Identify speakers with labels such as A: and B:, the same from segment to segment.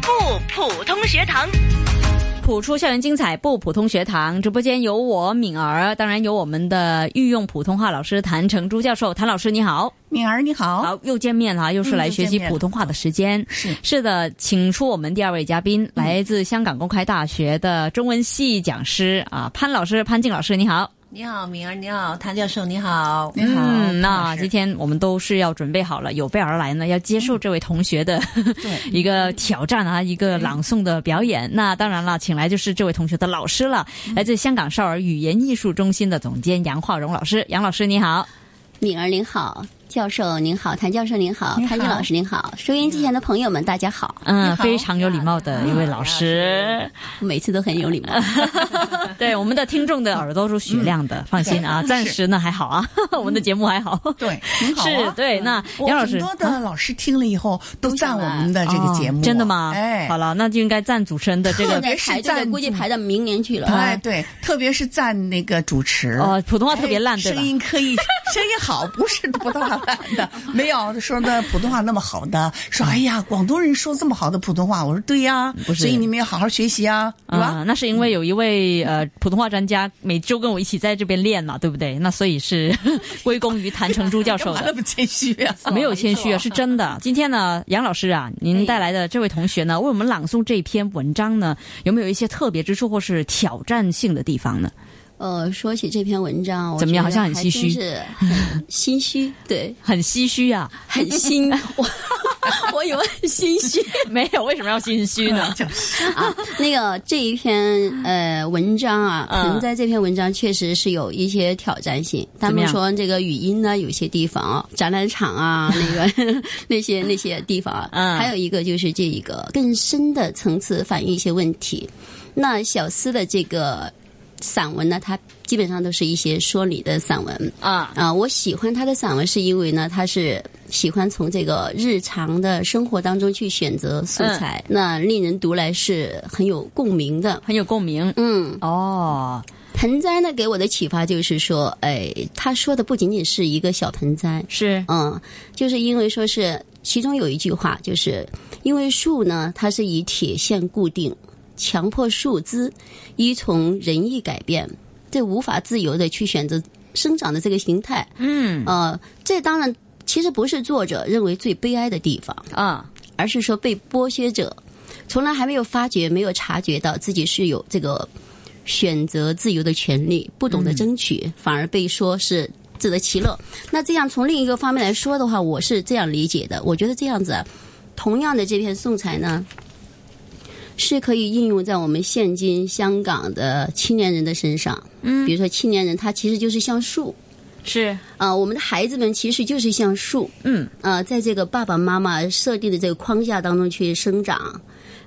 A: 普通学堂。
B: 普出校园精彩不普通学堂直播间有我敏儿，当然有我们的御用普通话老师谭成珠教授。谭老师你好，
C: 敏儿你好，
B: 好又见面了啊，又是
C: 嗯
B: 来
C: 又
B: 学
C: 见
B: 习
C: 面
B: 普
C: 了
B: 通话的时间。
C: 是嗯
B: 是的，请出我们第二位嘉宾，来自香港公开大学的中文系讲师啊，潘老师，潘静老师，你好。
D: 你好，敏儿，你好，谭教授，你好。
C: 你好，
B: 嗯，那
C: 老师
B: 今天我们都是要准备好了，有备而来呢，要接受这位同学的
C: 对
B: 一个挑战啊，一个朗诵的表演。那当然了，请来就是这位同学的老师了，
C: 嗯
B: 来自香港少儿语言艺术中心的总监杨化荣老师。杨老师你好，
E: 敏儿您好，教授您好，谭教授您好
C: 您，好
E: 潘金老师您好，收音机前的朋友们大家好，
B: 嗯，
C: 你好
B: 非常有礼貌的一位老师。
E: 每次都很有礼貌。
B: 对，我们的听众的耳朵都是雪亮的，放心啊，暂时呢还好啊， 我们的节目还好。
C: 对，很嗯好、啊，
B: 是对，那
C: 我
B: 杨老师啊
C: 很多的老师听了以后都赞我们的这个
B: 哦
C: 节目，
B: 真的吗？
C: 哎，
B: 好了，那就应该赞主持人的这
E: 现
B: 个
E: 在
C: 别是
E: 排队
C: 赞
E: 的
C: 助
E: 估计排到明年去了。
C: 哎，对，特别是赞那个主持，
B: 呃普通嗯话特别烂，
C: 哎
B: 对吧
C: 声？音可 以，声音好，不是普通话烂的， 没有说的普通话那么好的，说哎呀，广东人说这么好的普通话，我说对呀，
B: 不是
C: 所以你们要好好学习啊，对吧？
B: 啊，那是因为有一位呃普通话专家每周跟我一起在这边练嘛，对不对？那所以是 归功于谭成珠教
C: 干
B: 授
C: 嘛
B: 的
C: 那。么谦虚啊？
B: 没有谦虚啊，是真的。今天呢，杨老师啊，您带来的这位同学呢，为我们朗诵这篇文章呢，有没有一些特别之处或是挑战性的地方呢？
E: 呃，说起这篇文章，我
B: 怎么样
E: 觉得
B: 好像很
E: 还
B: 唏嘘
E: 真是很心虚，对，
B: 很唏嘘啊，
E: 很心，我 我有很心虚。
B: 没有，为什么要心虚呢？
E: 啊， 那个这一篇呃文章啊，
B: 嗯
E: 可能在这篇文章确实是有一些挑战性。他
B: 怎么
E: 们
B: 样
E: 说这个语音呢，有些地方啊，展览场啊，那个那些那些地方啊，
B: 嗯
E: 还有一个就是这一个更深的层次反映一些问题。那小思的这个散文呢，它基本上都是一些说理的散文，
B: 啊，
E: 啊、我喜欢他的散文是因为呢，他是喜欢从这个日常的生活当中去选择素材，那令人读来是很有共鸣的。
B: 很有共鸣
E: 嗯，
B: 哦。
E: 盆栽呢给我的启发就是说，哎，他说的不仅仅是一个小盆栽，
B: 是
E: 嗯，就是因为说是其中有一句话，就是因为树呢，它是以铁线固定，强迫树枝依从人意改变，这无法自由的去选择生长的这个形态。嗯，呃，这当然其实不是作者认为最悲哀的地方，
B: 啊，
E: 而是说被剥削者从来还没有发觉、没有察觉到自己是有这个选择自由的权利，不懂得争取，反而被说是自得其乐。那这样从另一个方面来说的话，我是这样理解的。我觉得这样子啊，同样的这篇素材呢。是可以应用在我们现今香港的青年人的身上，嗯，比如说青年人他其实就是像树，
B: 是
E: 啊，我们的孩子们其实就是像树，
B: 嗯，，
E: 啊，在这个爸爸妈妈设定的这个框架当中去生长，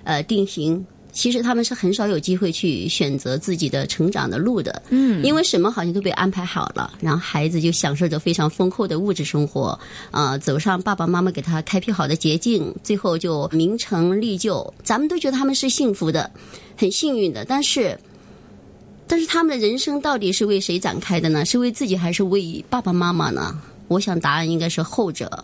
E: 呃，定型。其实他们是很少有机会去选择自己的成长的路的，嗯，因为什么好像都被安排好了，然后孩子就享受着非常丰厚的物质生活，啊、走上爸爸妈妈给他开辟好的捷径，最后就名成利就，咱们都觉得他们是幸福的，很幸运的，但是但是他们的人生到底是为谁展开的呢？是为自己还是为爸爸妈妈呢？我想答案应该是后者。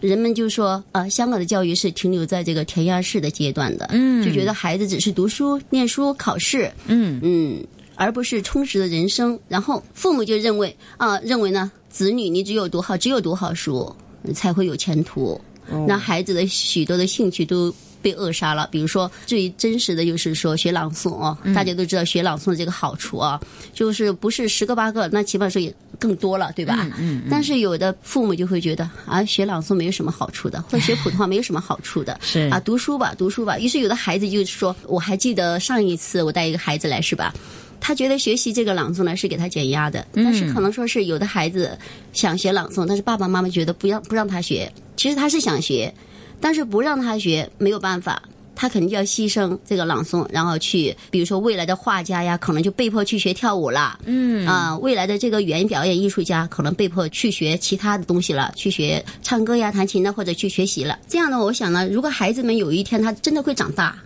E: 人们就说，呃，香港的教育是停留在这个填鸭式的阶段的，嗯，就觉得孩子只是读书、念书、考试，嗯嗯，而不是充实的人生。然后父母就认为，啊、认为呢，子女你只有读好，只有读好书你才会有前途。那孩子的许多的兴趣都被扼杀了。比如说，最真实的就是说学朗诵哦，大家都知道学朗诵这个好处啊，就是不是十个八个，那起码说也更多了，对吧？嗯嗯但是有的父母就会觉得啊，学朗诵没有什么好处的，或者学普通话没有什么好处的
B: 是
E: 啊，读书吧，读书吧。于是有的孩子就说，我还记得上一次我带一个孩子来，是吧？他觉得学习这个朗诵呢是给他减压的，但是可能说是有的孩子想学朗诵，但是爸爸妈妈觉得不让不让他学，其实他是想学，但是不让他学没有办法，他肯定要牺牲这个朗诵，然后去比如说未来的画家呀，可能就被迫去学跳舞了，嗯啊、未来的这个语言表演艺术家可能被迫去学其他的东西了，去学唱歌呀、弹琴呐，或者去学习了。这样呢，我想呢，如果孩子们有一天他真的会长大，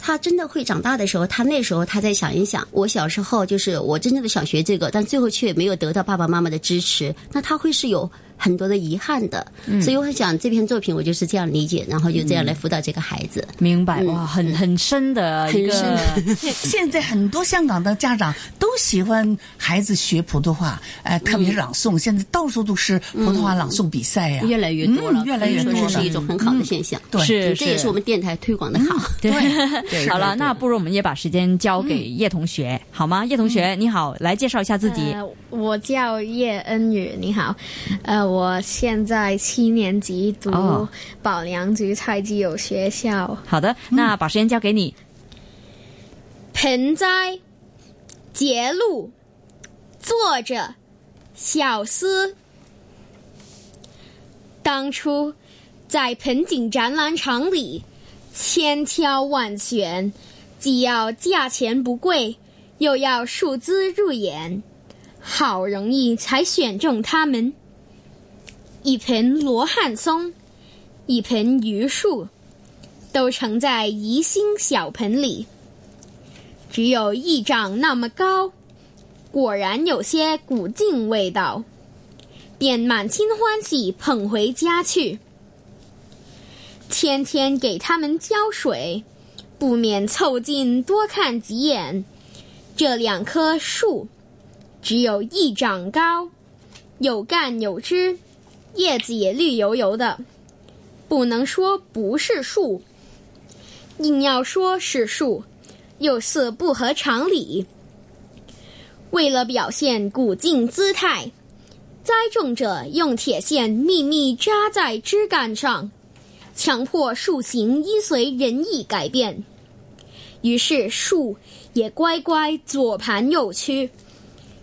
E: 他真的会长大的时候，他那时候他再想一想，我小时候就是我真正的想学这个，但最后却没有得到爸爸妈妈的支持，那他会是有很多的遗憾的。所以我想这篇作品我就是这样理解，然后就这样来辅导这个孩子。
B: 明白哇，很很深
C: 嗯
B: 的一
E: 很
B: 个，
C: 现现在很多香港的家长都喜欢孩子学普通话，呃，特别是朗诵，现在到处都是普通话朗诵比赛呀、
E: 越来越多
C: 嗯
E: 了，
C: 越来越
E: 可以说
C: 多
E: 这
C: 了嗯
E: 是一种很好的现象。
C: 对 嗯
B: 是
E: 这也是我们电台推广的好。
B: 对，
C: 对
B: 好了，
C: 对
B: 那不如我们也把时间交给叶同学，好吗？叶同学，你好，来介绍一下自己。
A: 呃我叫叶恩宇，你好，呃，我现在七年级读
B: 哦
A: 保良局菜鸡友学校。
B: 好的，那把时间交给你。
A: 盆栽节录，作者小思。当初在盆景展览场里千挑万选，既要价钱不贵，又要数资入眼，好容易才选中它们。一盆罗汉松，一盆榆树，都盛在宜兴小盆里。只有一丈那么高，果然有些古劲味道，便满心欢喜捧回家去。天天给它们浇水，不免凑近多看几眼。这两棵树只有一丈高，有干有枝，叶子也绿油油的，不能说不是树，硬要说是树。又似不合常理。为了表现古劲姿态，栽种者用铁线秘密扎在枝干上，强迫树形依随人意改变。于是树也乖乖左盘右曲，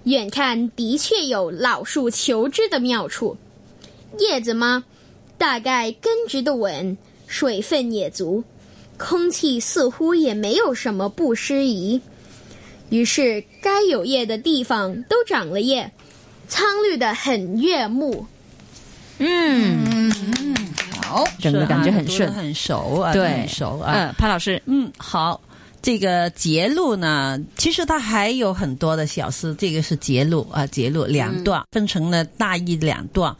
A: 远看的确有老树求枝的妙处。叶子嘛，大概根植的稳，水分也足，空气似乎也没有什么不适宜。于是，该有叶的地方都长了叶，苍绿的很悦目。
B: 嗯，
C: 好，
B: 整个感觉很
D: 读
B: 顺
D: 得。很熟啊，
B: 对，
D: 很熟啊。
B: 嗯，潘老师，
D: 嗯，好。这个节录呢，其实它还有很多的小诗，这个是节录啊，节录两段、分成了大意两段，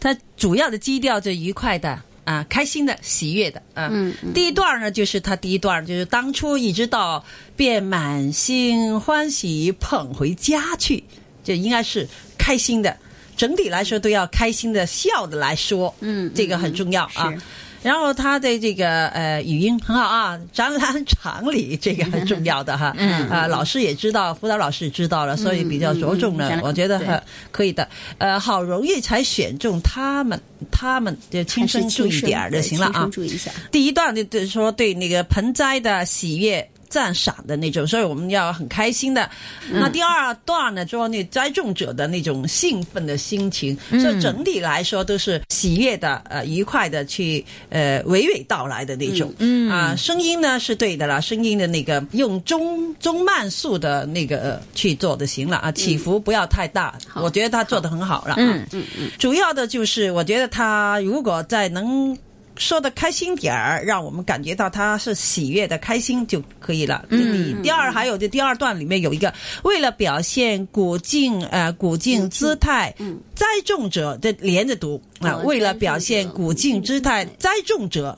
D: 它主要的基调就愉快的啊，开心的、喜悦的啊。
E: 嗯嗯
D: 第一段呢，就是它第一段就是当初一直到便满心欢喜捧回家去，这应该是开心的。整体来说都要开心的、笑的来说，
E: 嗯
D: 这个很重要啊。然后他的这个呃语音很好啊， 展览场里这个很重要 的哈，嗯啊、老师也知道，辅导老师也知道了，所以比较着重
E: 嗯嗯嗯
D: 了，
E: 嗯
D: 我觉得
E: 对
D: 很可以的。呃，好容易才选中他们，他们就轻
E: 还是
D: 声注意点儿就
E: 对
D: 行了
E: 轻
D: 啊
E: 声。注意一下。
D: 第一段就是说对那个盆栽的喜悦。赞赏的那种，所以我们要很开心的。那第二段呢，说那栽种者的那种兴奋的心情，所以整体来说都是喜悦的、呃愉快的去呃娓娓道来的那种。嗯啊、声音呢是对的啦，声音的那个用中中慢速的那个、呃去做就行了啊，起伏不要太大。
E: 好
D: 我觉得他做的很好啊了。
B: 嗯
E: 嗯嗯，
D: 主要的就是，我觉得他如果再能说的开心点儿，让我们感觉到他是喜悦的、开心就可以了。嗯，第二还有就第二段里面有一个，为了表现古劲呃古劲姿态，栽种者这连着读啊，
E: 嗯哦
D: 为了
E: 栽种
D: 表现
E: 者嗯
D: 古劲姿态，栽种者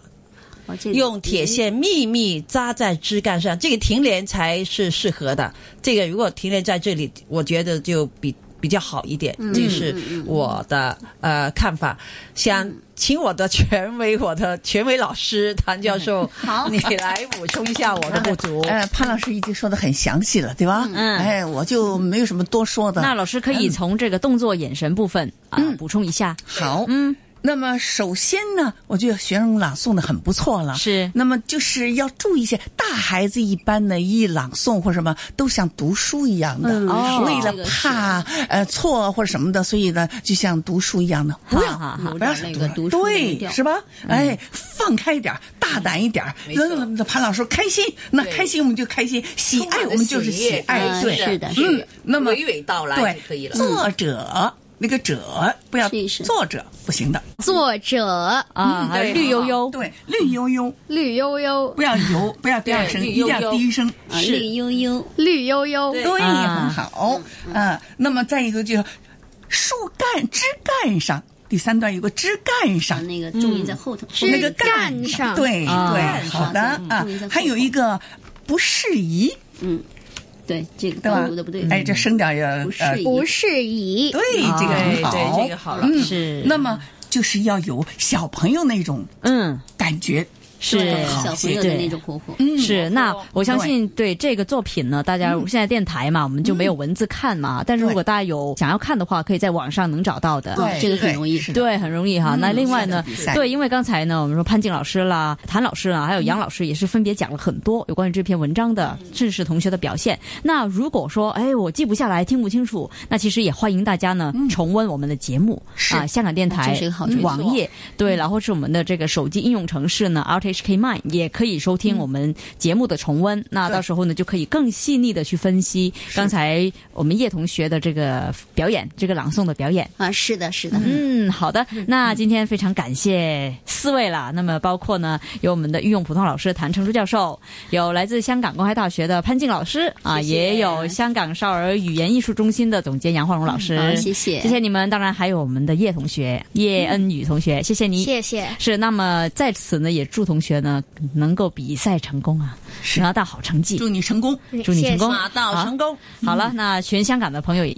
E: 哦
C: 嗯
E: 这个
D: 用铁线秘密扎在枝干上，这个停莲才是适合的。这个如果停莲在这里，我觉得就比比较好一点，
C: 嗯
D: 这是我的呃看法。想
C: 嗯
D: 请我的权威，我的权威老师谭教授，
C: 嗯
E: 好
D: 你来补充一下我的不足。
C: 呃，潘老师已经说的很详细了，对吧？
B: 嗯
C: 哎，我就没有什么多说的。
B: 那老师可以从这个动作、眼神部分啊补充一下。
C: 好，
B: 嗯，
C: 那么首先呢，我觉得学生朗诵的很不错了。
B: 是
C: 那么就是要注意一些，大孩子一般呢，一朗诵或什么都像读书一样的，
E: 嗯
B: 哦
C: 为了
E: 这个是
C: 怕呃错或者什么的，所以呢，就像读书一样的，不要
B: 哈哈
E: 有
C: 不要
E: 点那个读书的嗯语
C: 对，
E: 调
C: 是吧？哎，放开一点儿，大胆一点儿。那潘老师开心，那
D: 对
C: 开心我们就开心，喜爱我们就是喜爱，
E: 嗯
C: 对，
E: 是的
C: 嗯，那么
D: 娓道
C: 对，嗯作者那个者不要
E: 试一试
C: 作者不行的，
A: 作者
B: 啊，还有绿油
E: 哦
B: 油，
C: 对，绿油油，
A: 绿悠悠，
C: 不要油，不要第二声，
D: 绿
C: 一
D: 油
C: 定
D: 油
C: 要第一声。
E: 啊绿悠悠，
A: 绿悠悠，
C: 对，嗯
B: 啊
C: 很好。嗯，那么再一个就是树干枝干上，第三段有个枝干上，
E: 啊那个重音在后头，
A: 是
C: 那个
A: 干上
C: 上，对
B: 啊
C: 对，好的
E: 嗯
C: 啊
E: 注意一下，
C: 还有一个不适宜，
E: 嗯，对，这个
C: 对吧
E: 读的不对，？
C: 哎，这声调也
E: 不适
C: 呃
E: 宜哎
A: 不适宜。
C: 对，这个
D: 对
C: 很
D: 对，
C: 好嗯
D: 这个。好了。
B: 是
C: 那么就是要有小朋友那种
B: 嗯
C: 感觉，
B: 是
E: 对
C: 好
E: 小朋友的那种火火，
C: 嗯，
B: 是，那我相信对这个作品呢，大家现在电台嘛，我们就没有文字看嘛，但是如果大家有想要看的话，可以在网上能找到的。
C: 对，
E: 这个很
C: 对
E: 容易
C: 是的嗯
B: 对，很容易哈。那另外呢
C: 是的比，赛嗯
B: 对，因为刚才呢，我们说潘静老师啦、谭老师啊，还有杨老师也是分别讲了很多有关于这篇文章的正式同学的表现。那如果说哎我记不下来、听不清楚，那其实也欢迎大家呢重温我们的节目
C: 嗯是
B: 啊，香港电台
E: 这是一个好处
B: 网页
C: 嗯
B: 对，然后是我们的这个手机应用程式呢 RTHK Mind 也可以收
C: 嗯
B: 听我们节目的重温。那到时候呢就可以更细腻的去分析刚才我们叶同学的这个表演，这个朗诵的表演。
E: 啊，是的，是的，
B: 嗯，好的，那今天非常感谢四位啦。那么包括呢，有我们的御用普通老师谭成珠教授，有来自香港公开大学的潘静老师啊，
E: 谢谢
B: 也有香港少儿语言艺术中心的总监杨焕荣老师。
E: 好，谢谢，
B: 谢谢你们，当然还有我们的叶同学叶恩宇同学，谢谢你。
A: 谢谢。
B: 是，那么在此呢，也祝同学呢能够比赛成功啊，拿到好成绩，
C: 祝你成功。
B: 祝你
A: 谢谢
B: 成功，
D: 马到
B: 好
D: 成功。
B: 好了，那全香港的朋友也。